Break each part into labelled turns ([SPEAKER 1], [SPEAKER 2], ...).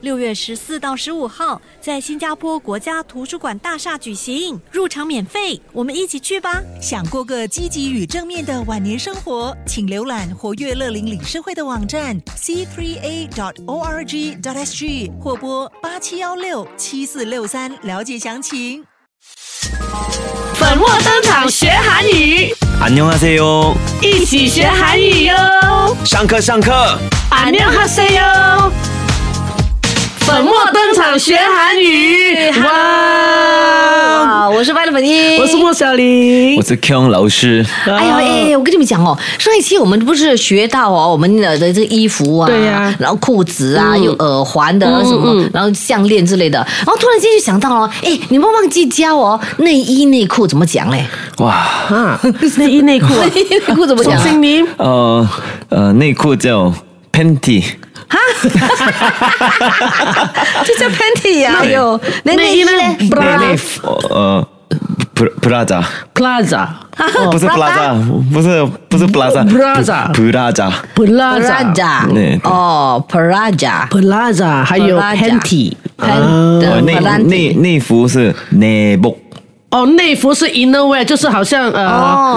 [SPEAKER 1] 六月十四到十五号在新加坡国家图书馆大厦举行，入场免费，我们一起去吧。
[SPEAKER 2] 想过个积极与正面的晚年生活，请浏览活跃乐龄理事会的网站 c3a.org.sg 或拨八七幺六七四六三了解详情。
[SPEAKER 3] 本末登场学韩语，
[SPEAKER 4] 안녕하세요，
[SPEAKER 3] 一起学韩语哟！
[SPEAKER 4] 上课上课，
[SPEAKER 3] 안녕하세哟！本末登场学韩语，哇！
[SPEAKER 5] 好，啊我是麦乐本一，
[SPEAKER 3] 我是。莫小玲
[SPEAKER 4] 我，是 Kong 老师。
[SPEAKER 5] 哎呦，哎、我跟你们讲哦，上一期我们不是学到哦，我们的这衣服啊，
[SPEAKER 3] 对呀
[SPEAKER 5] 然后裤子啊，
[SPEAKER 3] 嗯
[SPEAKER 5] 有耳环的什么，
[SPEAKER 3] 嗯嗯
[SPEAKER 5] 然后项链之类的，然后突然间就想到了，哎，你们忘记教哦，内衣内裤怎么讲嘞？
[SPEAKER 4] 哇，
[SPEAKER 3] 啊，内衣内裤啊，
[SPEAKER 5] 内衣内裤怎么
[SPEAKER 3] 宋
[SPEAKER 5] 讲啊？
[SPEAKER 3] 心凌，
[SPEAKER 4] 呃呃，内裤叫 panty，
[SPEAKER 5] 就叫 panty 呀、哎呦，那内
[SPEAKER 3] 内衣
[SPEAKER 5] 衣
[SPEAKER 3] 呢
[SPEAKER 5] 嘞
[SPEAKER 4] 네,
[SPEAKER 3] ？bra
[SPEAKER 4] 어, 呃呃，plaza，
[SPEAKER 3] plaza
[SPEAKER 4] 不是 plaza，不是不是
[SPEAKER 3] Plaza
[SPEAKER 4] plaza，plaza，
[SPEAKER 3] plaza
[SPEAKER 5] ，Prada，
[SPEAKER 4] 对对
[SPEAKER 5] 哦，Prada，
[SPEAKER 3] plaza，还有
[SPEAKER 5] Plaza
[SPEAKER 3] panty，
[SPEAKER 4] 呃
[SPEAKER 5] Prada，
[SPEAKER 4] 内
[SPEAKER 5] Prada
[SPEAKER 4] 内内服是内布
[SPEAKER 3] 哦，内服是 inner wear，就是好像呃。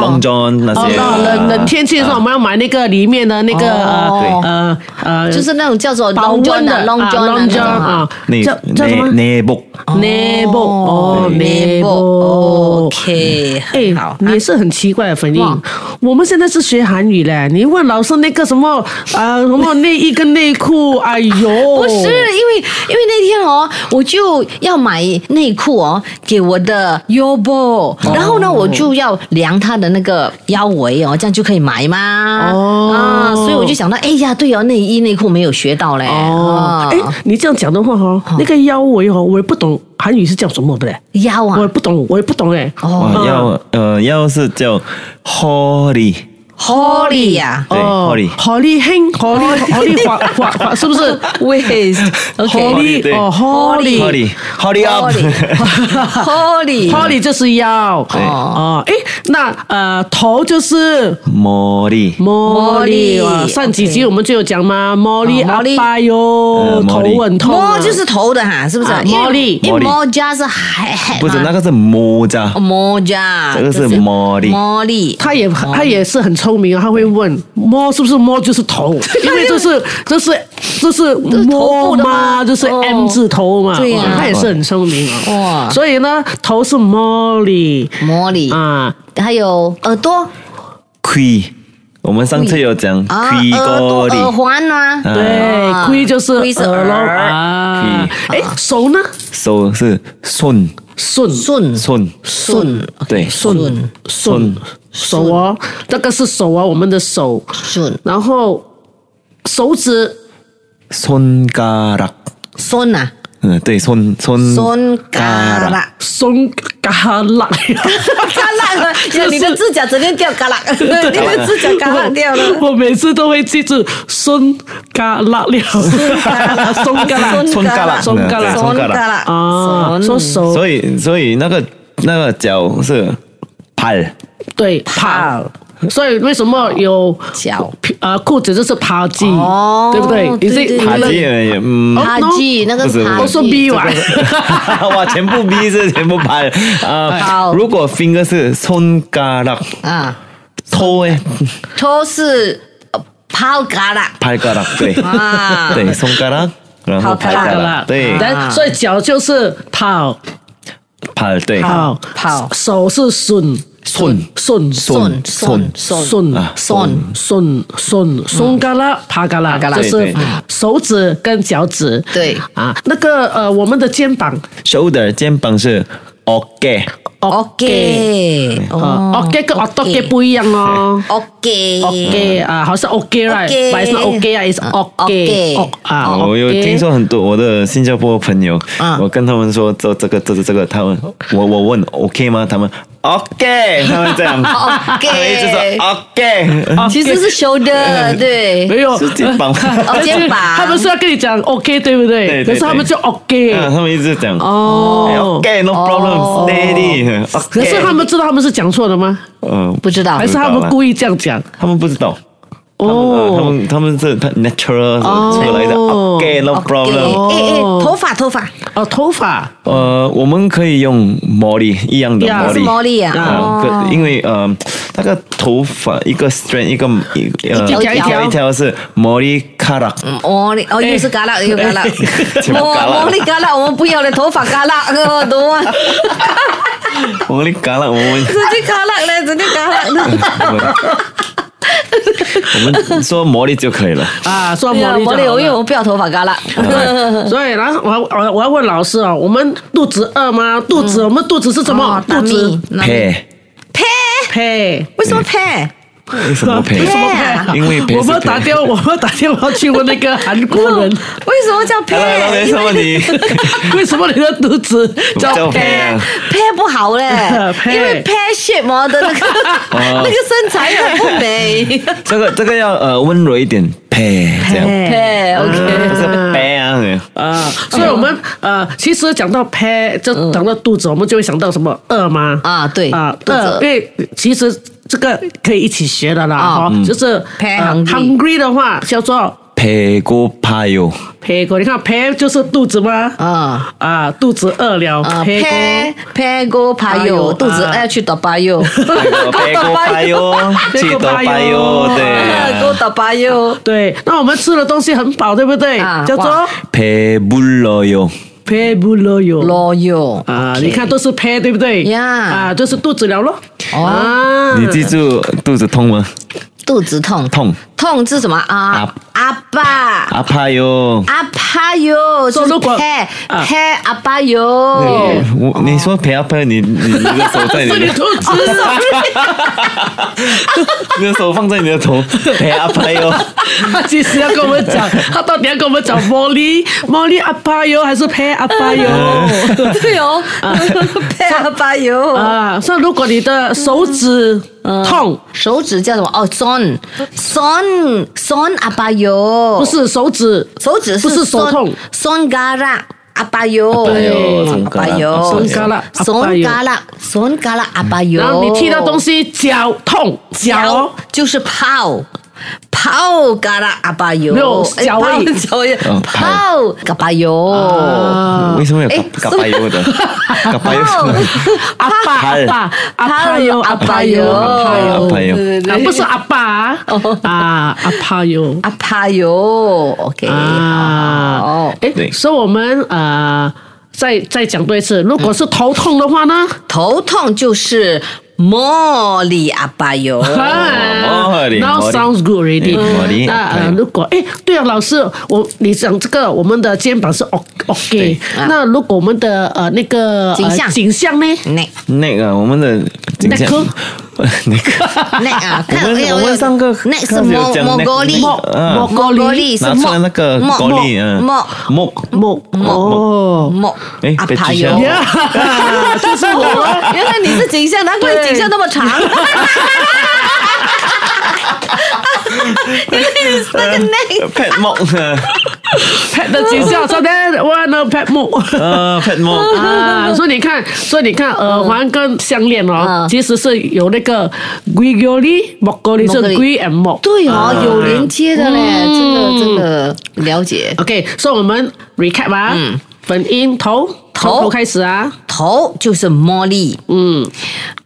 [SPEAKER 4] long john 那
[SPEAKER 3] 哦，
[SPEAKER 4] 些。
[SPEAKER 3] 冷冷冷天气的时候，我们要买那个里面的那个
[SPEAKER 5] 哦
[SPEAKER 3] 呃呃呃，
[SPEAKER 5] 就是那种叫做
[SPEAKER 3] 保
[SPEAKER 5] long
[SPEAKER 3] 温
[SPEAKER 5] john
[SPEAKER 3] 的
[SPEAKER 5] 啊，long
[SPEAKER 3] 啊
[SPEAKER 5] john 啊
[SPEAKER 3] long
[SPEAKER 5] 那种
[SPEAKER 3] john
[SPEAKER 5] 啊
[SPEAKER 3] 啊，
[SPEAKER 4] 内
[SPEAKER 3] 叫叫什
[SPEAKER 4] 内
[SPEAKER 3] 么
[SPEAKER 4] 内布，
[SPEAKER 3] ？Nebo 哦，Nebo。
[SPEAKER 5] ，OK，
[SPEAKER 3] 哎，
[SPEAKER 5] 很哦好，啊
[SPEAKER 3] 你也是很奇怪的反
[SPEAKER 5] 哇
[SPEAKER 3] 应。我们现在是学韩语嘞，你问老师那个什么啊，什么内衣跟内 裤，哎呦，
[SPEAKER 5] 不是，因为因为那天哦，我就要买内裤哦，给我的 Yobo，然后呢，我就要量他的那个腰围哦，这样就可以买嘛。
[SPEAKER 3] 哦
[SPEAKER 5] 啊，所以我就想到，哎呀，对哦，内衣内裤没有学到嘞。啊
[SPEAKER 3] 哦，哎，你这样讲的话哈，那个腰围哈，我也不懂韩语是叫什么的嘞，
[SPEAKER 5] 腰
[SPEAKER 3] 我也
[SPEAKER 5] 啊，
[SPEAKER 3] 不懂，我也不懂哎。
[SPEAKER 5] 哦
[SPEAKER 4] 哇，要呃要是叫 holy，
[SPEAKER 5] ，Holly 啊呀
[SPEAKER 4] 对
[SPEAKER 3] 哦
[SPEAKER 4] holy，
[SPEAKER 3] 好厉害，好厉害，好厉害，滑滑滑，是 不是？好
[SPEAKER 5] ，Waist，OK，Holly，
[SPEAKER 3] 厉
[SPEAKER 4] 对
[SPEAKER 3] 哦，好厉
[SPEAKER 4] holy，holy up，
[SPEAKER 3] 好
[SPEAKER 5] Holly，
[SPEAKER 3] 厉就是腰。哦，哎，那呃，头就是
[SPEAKER 4] 魔力。
[SPEAKER 3] 음. 茉莉
[SPEAKER 5] Molly，
[SPEAKER 3] 哇，上几集
[SPEAKER 5] OK
[SPEAKER 3] 我们就有讲嘛，茉莉
[SPEAKER 5] 哦
[SPEAKER 3] 阿
[SPEAKER 5] ，Molly
[SPEAKER 3] 爸哟，
[SPEAKER 4] 呃
[SPEAKER 3] 头
[SPEAKER 4] ，Molly
[SPEAKER 3] 很痛啊，
[SPEAKER 5] 摸就是头的哈，是不是
[SPEAKER 3] 啊？
[SPEAKER 5] 因为
[SPEAKER 3] Molly
[SPEAKER 5] 因为
[SPEAKER 4] Molly
[SPEAKER 5] Mo 加是 head，
[SPEAKER 4] 不是那个是魔家
[SPEAKER 5] 哦，摸加，
[SPEAKER 4] 这个是 Molly
[SPEAKER 5] 茉莉，
[SPEAKER 3] 他也他也是很聪明啊，他会问摸是不是摸就是 头，因为这是这是这
[SPEAKER 5] 是
[SPEAKER 3] 是
[SPEAKER 5] 头
[SPEAKER 3] 摸
[SPEAKER 5] 部的
[SPEAKER 3] 嘛，
[SPEAKER 5] 吗
[SPEAKER 3] 就是
[SPEAKER 5] 哦
[SPEAKER 3] M 字头嘛，
[SPEAKER 5] 对呀
[SPEAKER 3] 哇他也是很聪明啊。
[SPEAKER 5] 哇
[SPEAKER 3] 所以呢，头是 Molly
[SPEAKER 5] 茉莉，
[SPEAKER 3] 啊，
[SPEAKER 5] 还有耳朵
[SPEAKER 4] Queen，我们上次有讲
[SPEAKER 5] 啊，
[SPEAKER 4] Queen
[SPEAKER 5] 耳朵耳
[SPEAKER 4] Gory，
[SPEAKER 5] 环啊，
[SPEAKER 4] 嗯
[SPEAKER 3] 对
[SPEAKER 5] 啊
[SPEAKER 3] 哎，Queen 就是
[SPEAKER 5] 龟是
[SPEAKER 3] 耳咯
[SPEAKER 5] 耳
[SPEAKER 3] 啊，哎，手呢？
[SPEAKER 4] 手是顺
[SPEAKER 3] 顺
[SPEAKER 5] 顺
[SPEAKER 4] 顺
[SPEAKER 5] 顺
[SPEAKER 4] 对
[SPEAKER 5] 顺
[SPEAKER 3] 顺手哦，这个是手啊，我们的手，
[SPEAKER 5] 顺
[SPEAKER 3] 然后手指。
[SPEAKER 4] 손가락，
[SPEAKER 5] 顺 啊，
[SPEAKER 4] 嗯对손손
[SPEAKER 5] 顺嘎啦，
[SPEAKER 3] 松嘎啦，
[SPEAKER 5] 嘎啦，
[SPEAKER 3] 是
[SPEAKER 5] 你的指甲整天掉嘎 啦，你的指甲嘎啦掉了。
[SPEAKER 3] 我每次都会记住松嘎啦了，松嘎啦，
[SPEAKER 4] 松嘎啦
[SPEAKER 3] 松嘎啦
[SPEAKER 5] 松嘎啦，
[SPEAKER 3] 啊，说手
[SPEAKER 4] 所以所以那个那个脚是팔，
[SPEAKER 3] 对跑，所以为什么有
[SPEAKER 5] 脚
[SPEAKER 3] 呃裤子就是跑鸡，
[SPEAKER 5] 哦
[SPEAKER 3] 对不对？你
[SPEAKER 5] 对对对
[SPEAKER 3] 是
[SPEAKER 4] 爬
[SPEAKER 3] 跑
[SPEAKER 4] 鸡
[SPEAKER 3] 鸡，
[SPEAKER 4] 也嗯，
[SPEAKER 5] 哈
[SPEAKER 3] 哦
[SPEAKER 5] 记那个是哈
[SPEAKER 3] 我说 B 完，
[SPEAKER 4] 哇全部 B 是全部팔啊，
[SPEAKER 5] 好
[SPEAKER 4] 如果 finger 是 아, 손가락，
[SPEAKER 5] 啊，
[SPEAKER 4] 头诶
[SPEAKER 5] 头是呃抛嘎啦
[SPEAKER 4] 팔가락对
[SPEAKER 5] 啊，
[SPEAKER 4] 对손가락，然后
[SPEAKER 5] 팔
[SPEAKER 4] 팔
[SPEAKER 5] 가락
[SPEAKER 4] 가락 네,
[SPEAKER 3] 啦，
[SPEAKER 4] 对
[SPEAKER 3] 但所以脚就是跑
[SPEAKER 4] 팔对
[SPEAKER 3] 跑
[SPEAKER 5] 跑
[SPEAKER 3] 手是顺
[SPEAKER 4] 손
[SPEAKER 3] 顺
[SPEAKER 4] 손 손
[SPEAKER 3] 顺
[SPEAKER 4] 啊
[SPEAKER 3] 顺顺顺松嘎啦爬嘎啦，
[SPEAKER 4] 啦
[SPEAKER 3] 就是
[SPEAKER 4] 对对
[SPEAKER 3] 手指跟脚趾。
[SPEAKER 5] 对
[SPEAKER 3] 啊，那个呃，我们的肩膀
[SPEAKER 4] shoulder 肩膀是 OK
[SPEAKER 5] 哦 OK，
[SPEAKER 3] 呃，OK 跟 OK 不一样哦。
[SPEAKER 5] OK
[SPEAKER 3] OK 啊，好像 OK
[SPEAKER 5] OK
[SPEAKER 3] right，but it's not OK 啊，it's
[SPEAKER 5] OK
[SPEAKER 3] OK 哦啊，OK。
[SPEAKER 4] 我有听说很多我的新加坡朋友，
[SPEAKER 5] 啊
[SPEAKER 4] 我跟他们说这这个这个这个，他们我我问 OK 吗？他们 OK，他们这 样
[SPEAKER 3] 哦
[SPEAKER 5] OK
[SPEAKER 4] 他们一直说 OK，
[SPEAKER 3] OK，
[SPEAKER 5] 其实是 shoulder 对
[SPEAKER 3] 没有
[SPEAKER 4] 是肩 膀，
[SPEAKER 5] 哦肩膀，
[SPEAKER 3] 他们是要跟你讲 OK 对不对？
[SPEAKER 4] 对对
[SPEAKER 3] 可是他们就 OK
[SPEAKER 4] 啊他们一直讲哎
[SPEAKER 3] 哦。
[SPEAKER 4] OK，no problem，steady，
[SPEAKER 3] 可
[SPEAKER 4] OK
[SPEAKER 3] 是他们知道他们是讲错的吗？
[SPEAKER 4] 嗯，
[SPEAKER 5] 不知道
[SPEAKER 3] 还是他们故意这样讲？
[SPEAKER 4] 他们不知道。他
[SPEAKER 3] 哦，
[SPEAKER 4] 们他们是他 natural 出来的
[SPEAKER 3] 哦
[SPEAKER 4] ，OK，no problem。
[SPEAKER 5] 哎哎，头发头发
[SPEAKER 3] 哦，头发
[SPEAKER 4] 呃，我们可以用 Molly 一样的
[SPEAKER 3] Yeah，
[SPEAKER 4] Molly，
[SPEAKER 3] 是
[SPEAKER 5] Molly 啊
[SPEAKER 4] 啊可因为呃，那个头发一个 strand 一个一呃
[SPEAKER 3] 一条
[SPEAKER 4] 一
[SPEAKER 3] 一条
[SPEAKER 4] 条一条是 Molly c a r a
[SPEAKER 5] 哦你哦又是嘎啦又 嘎啦，
[SPEAKER 4] 全部嘎啦
[SPEAKER 5] 我我你嘎啦我们不要了，头发嘎啦， 呃懂吗？
[SPEAKER 4] Molly c a r a 我们
[SPEAKER 5] 直接嘎啦嘞，直接嘎啦 嘞。
[SPEAKER 4] 我们说 Molly 就可以了。
[SPEAKER 3] 啊，说
[SPEAKER 5] 对
[SPEAKER 3] 魔
[SPEAKER 5] 啊，
[SPEAKER 3] 力
[SPEAKER 5] 我
[SPEAKER 3] 就
[SPEAKER 5] 有，
[SPEAKER 3] 好
[SPEAKER 5] 因为
[SPEAKER 3] 了。
[SPEAKER 5] 我不要头发嘎啦。
[SPEAKER 4] 어,
[SPEAKER 3] 所以，然后我要我要我要问老师哦，我们肚子饿吗？肚子，
[SPEAKER 5] 嗯
[SPEAKER 3] 我们肚子是 什
[SPEAKER 5] 哦
[SPEAKER 3] 么？肚子
[SPEAKER 4] 配
[SPEAKER 5] 呸？
[SPEAKER 3] 呸。
[SPEAKER 5] 为什么呸？
[SPEAKER 4] 为什么配
[SPEAKER 3] 为？什么
[SPEAKER 5] 啊
[SPEAKER 3] 呸？
[SPEAKER 4] 因为呸
[SPEAKER 3] 我们
[SPEAKER 4] 是
[SPEAKER 3] 打
[SPEAKER 4] 呸
[SPEAKER 3] 电话，我们打电话去问那个韩国人，
[SPEAKER 5] 为什么叫呸
[SPEAKER 4] 好了，好了？没
[SPEAKER 5] 因
[SPEAKER 4] 什
[SPEAKER 5] 为
[SPEAKER 4] 么问 题。
[SPEAKER 3] 为什么你的肚子叫
[SPEAKER 4] 叫
[SPEAKER 3] 呸，
[SPEAKER 4] 呸？啊
[SPEAKER 5] 呸不好嘞
[SPEAKER 3] 呸
[SPEAKER 5] 因为呸 shape 哦的那 个 那
[SPEAKER 3] 哦
[SPEAKER 5] 个身材很不美。
[SPEAKER 4] 这个这个要呃温柔一点，配这样，
[SPEAKER 5] 呸，OK，
[SPEAKER 3] 嗯
[SPEAKER 4] 不是背啊。
[SPEAKER 3] 啊，
[SPEAKER 5] 嗯
[SPEAKER 3] 所以我们呃，其实讲到呸，就讲到肚子，我们就会想到什么饿吗？
[SPEAKER 5] 啊对
[SPEAKER 3] 啊
[SPEAKER 5] 肚子
[SPEAKER 3] 饿，因为其实这个可以一起学的啦，
[SPEAKER 5] 啊
[SPEAKER 3] 哈，就是
[SPEAKER 5] 呸
[SPEAKER 3] 呃
[SPEAKER 5] hungry
[SPEAKER 3] hungry 的话叫做
[SPEAKER 4] 配过怕哟，
[SPEAKER 3] 呸过，你看呸就是肚子吗？
[SPEAKER 5] 啊
[SPEAKER 3] 啊，肚子饿了
[SPEAKER 5] 啊，
[SPEAKER 3] 呸过。
[SPEAKER 5] 呸呸过爬
[SPEAKER 3] 爬
[SPEAKER 5] 友，
[SPEAKER 3] 友
[SPEAKER 5] 肚子
[SPEAKER 3] 哎啊哎
[SPEAKER 5] 饿去打巴友，
[SPEAKER 4] 配过怕哟，去都怕哟，对。
[SPEAKER 5] 够打巴友。
[SPEAKER 3] 对，那我们吃的东西很饱，对不对？
[SPEAKER 5] 啊
[SPEAKER 3] 叫做
[SPEAKER 5] 哇
[SPEAKER 4] 배불러요.
[SPEAKER 3] p 不了有
[SPEAKER 5] 罗友
[SPEAKER 3] 啊你看都是 p 对不对？
[SPEAKER 5] 呀
[SPEAKER 3] 啊，就是肚子了咯。啊，
[SPEAKER 4] 네, 你记住肚子痛吗？
[SPEAKER 5] 哦肚子痛，
[SPEAKER 4] 痛。
[SPEAKER 5] 痛是什么啊
[SPEAKER 4] 啊？
[SPEAKER 5] 阿爸。
[SPEAKER 4] 아파요.
[SPEAKER 5] 阿爸哟，
[SPEAKER 3] 啊说
[SPEAKER 5] 就是
[SPEAKER 3] 如果
[SPEAKER 5] 拍
[SPEAKER 3] 啊哎
[SPEAKER 5] 拍阿爸哟，
[SPEAKER 4] 我-你说陪阿朋友，你-你-你的手在你的-
[SPEAKER 3] 是你肚子。
[SPEAKER 5] 哦
[SPEAKER 4] 你的手放在你的头，陪阿朋友。
[SPEAKER 3] 他 其实要跟我们讲，他到底要跟我们讲 Molly Molly 阿爸哟，还是 p 阿爸
[SPEAKER 5] 哎
[SPEAKER 3] 哟？
[SPEAKER 5] 对哦， 拍阿爸哟。
[SPEAKER 3] 啊，所以如果你的手指
[SPEAKER 5] 嗯
[SPEAKER 3] 痛，
[SPEAKER 5] 手指叫什么？哦，son son son 阿爸哟，
[SPEAKER 3] 不是手指，
[SPEAKER 5] 手指
[SPEAKER 3] 不是手痛
[SPEAKER 5] son gara 阿哎爸哟，
[SPEAKER 4] 阿巴尤
[SPEAKER 5] 阿爸哟
[SPEAKER 4] son
[SPEAKER 3] gara，阿巴
[SPEAKER 5] son
[SPEAKER 3] 尤
[SPEAKER 5] gara son gara 阿爸哟。
[SPEAKER 3] 然后你踢到东西脚痛，脚
[SPEAKER 5] 脚
[SPEAKER 3] 哦
[SPEAKER 5] 就是泡。泡嘎啦阿巴油，
[SPEAKER 3] 没有
[SPEAKER 5] 哎
[SPEAKER 3] 脚而
[SPEAKER 5] 泡
[SPEAKER 3] 已啊
[SPEAKER 5] 脚而已
[SPEAKER 4] 嗯
[SPEAKER 5] 泡嘎巴油，
[SPEAKER 4] 为什么有
[SPEAKER 5] 哎，
[SPEAKER 4] 嘎-嘎巴哟的？嘎巴哟。
[SPEAKER 3] 阿爸阿爸阿爸哟阿爸哟
[SPEAKER 5] 阿爸哟
[SPEAKER 4] 阿爸哟
[SPEAKER 5] 对对
[SPEAKER 3] 啊
[SPEAKER 5] 对
[SPEAKER 3] 不是阿爸啊啊阿爸哟
[SPEAKER 5] 阿帕油，OK，
[SPEAKER 3] 哎啊
[SPEAKER 5] 哦，，
[SPEAKER 3] 哎，
[SPEAKER 4] 对
[SPEAKER 3] 所以我们啊再再讲多一次，如果是头痛的话呢？
[SPEAKER 5] 头痛就是茉莉阿巴 油，
[SPEAKER 4] 哦
[SPEAKER 3] 啊
[SPEAKER 4] Morning,
[SPEAKER 3] Now
[SPEAKER 4] morning.
[SPEAKER 3] sounds good already.
[SPEAKER 4] Morning,
[SPEAKER 3] 那呃
[SPEAKER 4] okay.
[SPEAKER 3] 如果哎，对啊，老师，我你讲这个，我们的肩膀是 O OK
[SPEAKER 4] 对。
[SPEAKER 3] 那如果我们的呃那个呃
[SPEAKER 5] 颈项
[SPEAKER 3] 颈项呢？
[SPEAKER 5] 那
[SPEAKER 4] 那个，我们的景象- 那个。
[SPEAKER 5] 那啊，
[SPEAKER 4] 我们我们上个
[SPEAKER 5] 那是
[SPEAKER 4] 课有
[SPEAKER 5] 莫
[SPEAKER 4] 讲
[SPEAKER 5] 莫
[SPEAKER 4] 那个
[SPEAKER 5] 高利，
[SPEAKER 4] 那个嗯
[SPEAKER 5] 莫高利是莫
[SPEAKER 4] 拿出来那个
[SPEAKER 5] 莫
[SPEAKER 4] 高丽，嗯。
[SPEAKER 5] 莫
[SPEAKER 4] 木。
[SPEAKER 3] 木哦，
[SPEAKER 5] 莫
[SPEAKER 4] 哎
[SPEAKER 5] 阿
[SPEAKER 4] 被
[SPEAKER 5] 帕
[SPEAKER 4] 取
[SPEAKER 5] 油
[SPEAKER 4] 消。了
[SPEAKER 3] Yeah，就是我。
[SPEAKER 5] 啊原来你是颈项，难怪你颈项那么长。
[SPEAKER 4] 啊
[SPEAKER 5] 因为你是那个内
[SPEAKER 4] Pet 木。
[SPEAKER 3] pet 的景 象，昨天我呢 pet 木。
[SPEAKER 4] 呃，Pet 木。
[SPEAKER 3] 啊，所以你看，所以你看，耳环跟项链哦
[SPEAKER 5] 嗯，
[SPEAKER 3] 其实是有那个 green g o l i m o g o l i 是
[SPEAKER 5] Mogoli
[SPEAKER 3] green and mog。
[SPEAKER 5] 对哦，有连接的嘞，这个这个了解。
[SPEAKER 3] OK，所以我们 recap 啊，本音头
[SPEAKER 5] 嗯头
[SPEAKER 3] 从头开始啊，
[SPEAKER 5] 头就是茉莉，
[SPEAKER 3] 嗯，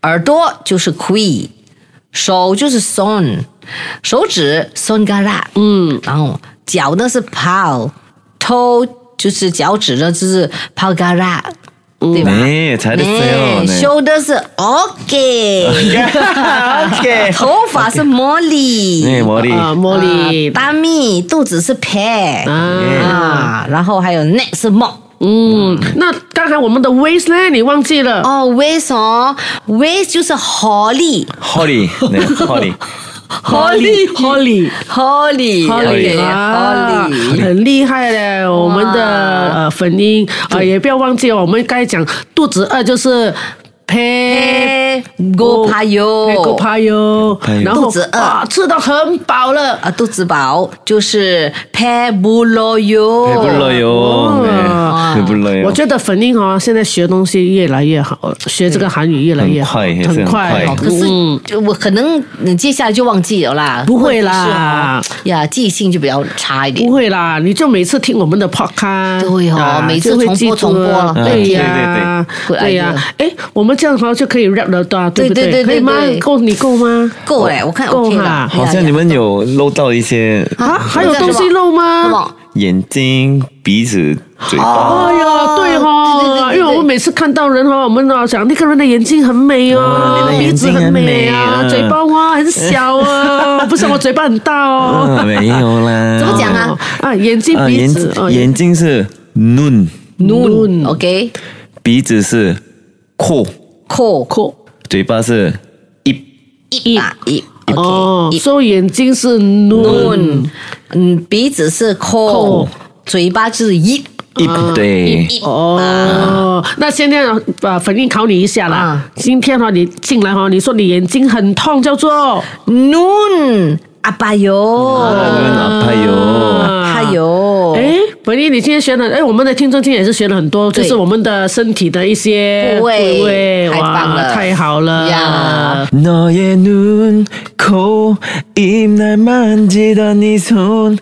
[SPEAKER 5] 耳朵就是 queen，手就是 son，手指 son gara，嗯，然后脚呢是 pal，头就是脚趾呢就是 pal gara，对
[SPEAKER 3] 嗯
[SPEAKER 5] 吧？哎
[SPEAKER 4] 네, 잘했어요. 네.
[SPEAKER 5] 修的是 OK，
[SPEAKER 4] 오케이.
[SPEAKER 5] 头发是
[SPEAKER 4] 네,
[SPEAKER 5] Molly，
[SPEAKER 4] 머리.
[SPEAKER 3] 啊，茉莉
[SPEAKER 5] 大米肚子是 pear
[SPEAKER 3] 啊，
[SPEAKER 4] 아.
[SPEAKER 5] 啊，然后还有 neck 是 mop，
[SPEAKER 3] 嗯，那刚才我们的 waist 呢？你忘记了？
[SPEAKER 5] 哦，waist 哦，waist 就是活力，
[SPEAKER 4] 네, Holly，那个 Holly，
[SPEAKER 5] 活力，
[SPEAKER 3] h o l l y
[SPEAKER 5] 活力，活力，活
[SPEAKER 3] 啊
[SPEAKER 5] 力。
[SPEAKER 3] 很厉害嘞！我们的呃粉音啊、呃也不要忘记哦，我们该讲肚子饿就是呸
[SPEAKER 5] 够怕哟
[SPEAKER 3] 够怕哟
[SPEAKER 4] 拍哟，
[SPEAKER 3] 然后
[SPEAKER 5] 肚子饿
[SPEAKER 3] 啊，吃到很饱了。
[SPEAKER 5] 啊，肚子饱就是拍不落哟，
[SPEAKER 4] 陪不了哟，
[SPEAKER 3] 哇
[SPEAKER 4] 陪不了哟
[SPEAKER 3] 我。觉得粉音哦，现在学东西越来越好，学这个韩语越来越好，
[SPEAKER 4] 很快也是
[SPEAKER 3] 很
[SPEAKER 4] 很
[SPEAKER 3] 快
[SPEAKER 4] 快
[SPEAKER 3] 哦。
[SPEAKER 5] 可是
[SPEAKER 3] 嗯
[SPEAKER 5] 就我可能你接下来就忘记了啦，
[SPEAKER 3] 不会啦
[SPEAKER 5] 或者是哦呀，记性就比较差一点
[SPEAKER 3] 不。会啦，你就每次听我们的 podcast，
[SPEAKER 5] 对哦
[SPEAKER 3] 啊
[SPEAKER 5] 每次
[SPEAKER 3] 就会
[SPEAKER 5] 重播
[SPEAKER 3] 记住啊
[SPEAKER 5] 重播了
[SPEAKER 4] 嗯
[SPEAKER 3] 对呀
[SPEAKER 4] 对，
[SPEAKER 5] 对对
[SPEAKER 3] 对呀，哎，我们这样的话就可以 rap 了，对吧对不
[SPEAKER 5] 对对对
[SPEAKER 3] 可以吗
[SPEAKER 5] 对？对
[SPEAKER 3] 够你够吗？
[SPEAKER 5] 够嘞，我看
[SPEAKER 3] 够
[SPEAKER 5] OK
[SPEAKER 3] 哈
[SPEAKER 5] 了。
[SPEAKER 4] 好像你们有漏到一些
[SPEAKER 3] 啊，还有东西漏
[SPEAKER 5] 什
[SPEAKER 3] 吗？
[SPEAKER 5] 么？
[SPEAKER 4] 眼睛、鼻子、嘴巴。
[SPEAKER 3] 哎呀，对
[SPEAKER 5] 对对对
[SPEAKER 3] 哦，
[SPEAKER 5] 对
[SPEAKER 3] 因为我们每次看到人哈，我们呢讲那个人的眼睛很美哦，
[SPEAKER 4] 啊你的
[SPEAKER 3] 鼻
[SPEAKER 4] 眼
[SPEAKER 3] 子
[SPEAKER 4] 睛很
[SPEAKER 3] 美
[SPEAKER 4] 美
[SPEAKER 3] 啊，
[SPEAKER 4] 啊
[SPEAKER 3] 嘴巴哇很小 啊，不是我嘴巴很大哦，
[SPEAKER 4] 嗯，没有啦。
[SPEAKER 5] 怎么讲啊？
[SPEAKER 3] 啊，眼睛
[SPEAKER 4] 啊，
[SPEAKER 3] 鼻
[SPEAKER 4] 眼
[SPEAKER 3] 子哦
[SPEAKER 4] 眼睛是 noon，
[SPEAKER 3] 嗯
[SPEAKER 5] 눈 OK
[SPEAKER 4] 鼻子是 c
[SPEAKER 5] 扣
[SPEAKER 4] 哦
[SPEAKER 3] 口
[SPEAKER 4] 嘴巴是 i，
[SPEAKER 5] 一啊一
[SPEAKER 3] 哦
[SPEAKER 5] OK，一
[SPEAKER 3] 所以眼睛是 noon。
[SPEAKER 5] 눈嗯鼻子是扣，嘴巴是一
[SPEAKER 4] 一对，
[SPEAKER 3] 哦，那现在呢呃，粉印考你一下啦。
[SPEAKER 5] 啊
[SPEAKER 3] 今天哈、你进来哈、你说你眼睛很痛，叫做
[SPEAKER 5] 눈 아빠 요
[SPEAKER 4] 哪怕有
[SPEAKER 1] 啊
[SPEAKER 5] 아빠 요
[SPEAKER 3] 哎，粉印，你今天学了，哎，我们的听众今天也是学了很多，就
[SPEAKER 5] 对
[SPEAKER 3] 是我们的身体的一些
[SPEAKER 5] 部位
[SPEAKER 3] 位，
[SPEAKER 5] 太棒
[SPEAKER 3] 哇，
[SPEAKER 5] 了
[SPEAKER 3] 太好了
[SPEAKER 5] 呀
[SPEAKER 4] 너의 눈, 코, 입날 만지던 네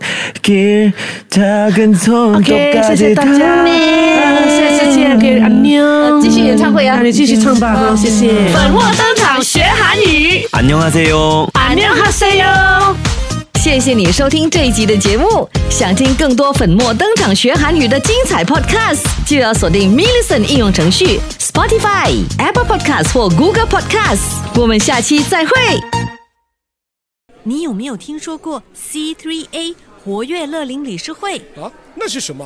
[SPEAKER 4] 손길 작은
[SPEAKER 3] OK，谢谢
[SPEAKER 4] 손톱까지
[SPEAKER 3] 大家，呃下次见，给安妞，
[SPEAKER 5] 继续演唱会啊
[SPEAKER 3] 那你继续唱吧，哈，谢谢。
[SPEAKER 1] 本末嗯登场学韩语。
[SPEAKER 4] 안녕하세요
[SPEAKER 1] 안녕하세요
[SPEAKER 5] 谢谢你收听这一集的节目。想听更多粉墨登场学韩语的精彩 podcast，就要锁定 m i l l i c e n t 应用程序、Spotify、Apple Podcast 或 Google Podcast。我们下期再会。
[SPEAKER 1] 你有没有听说过 C3A 活跃乐龄理事会？
[SPEAKER 6] 啊，那是什么？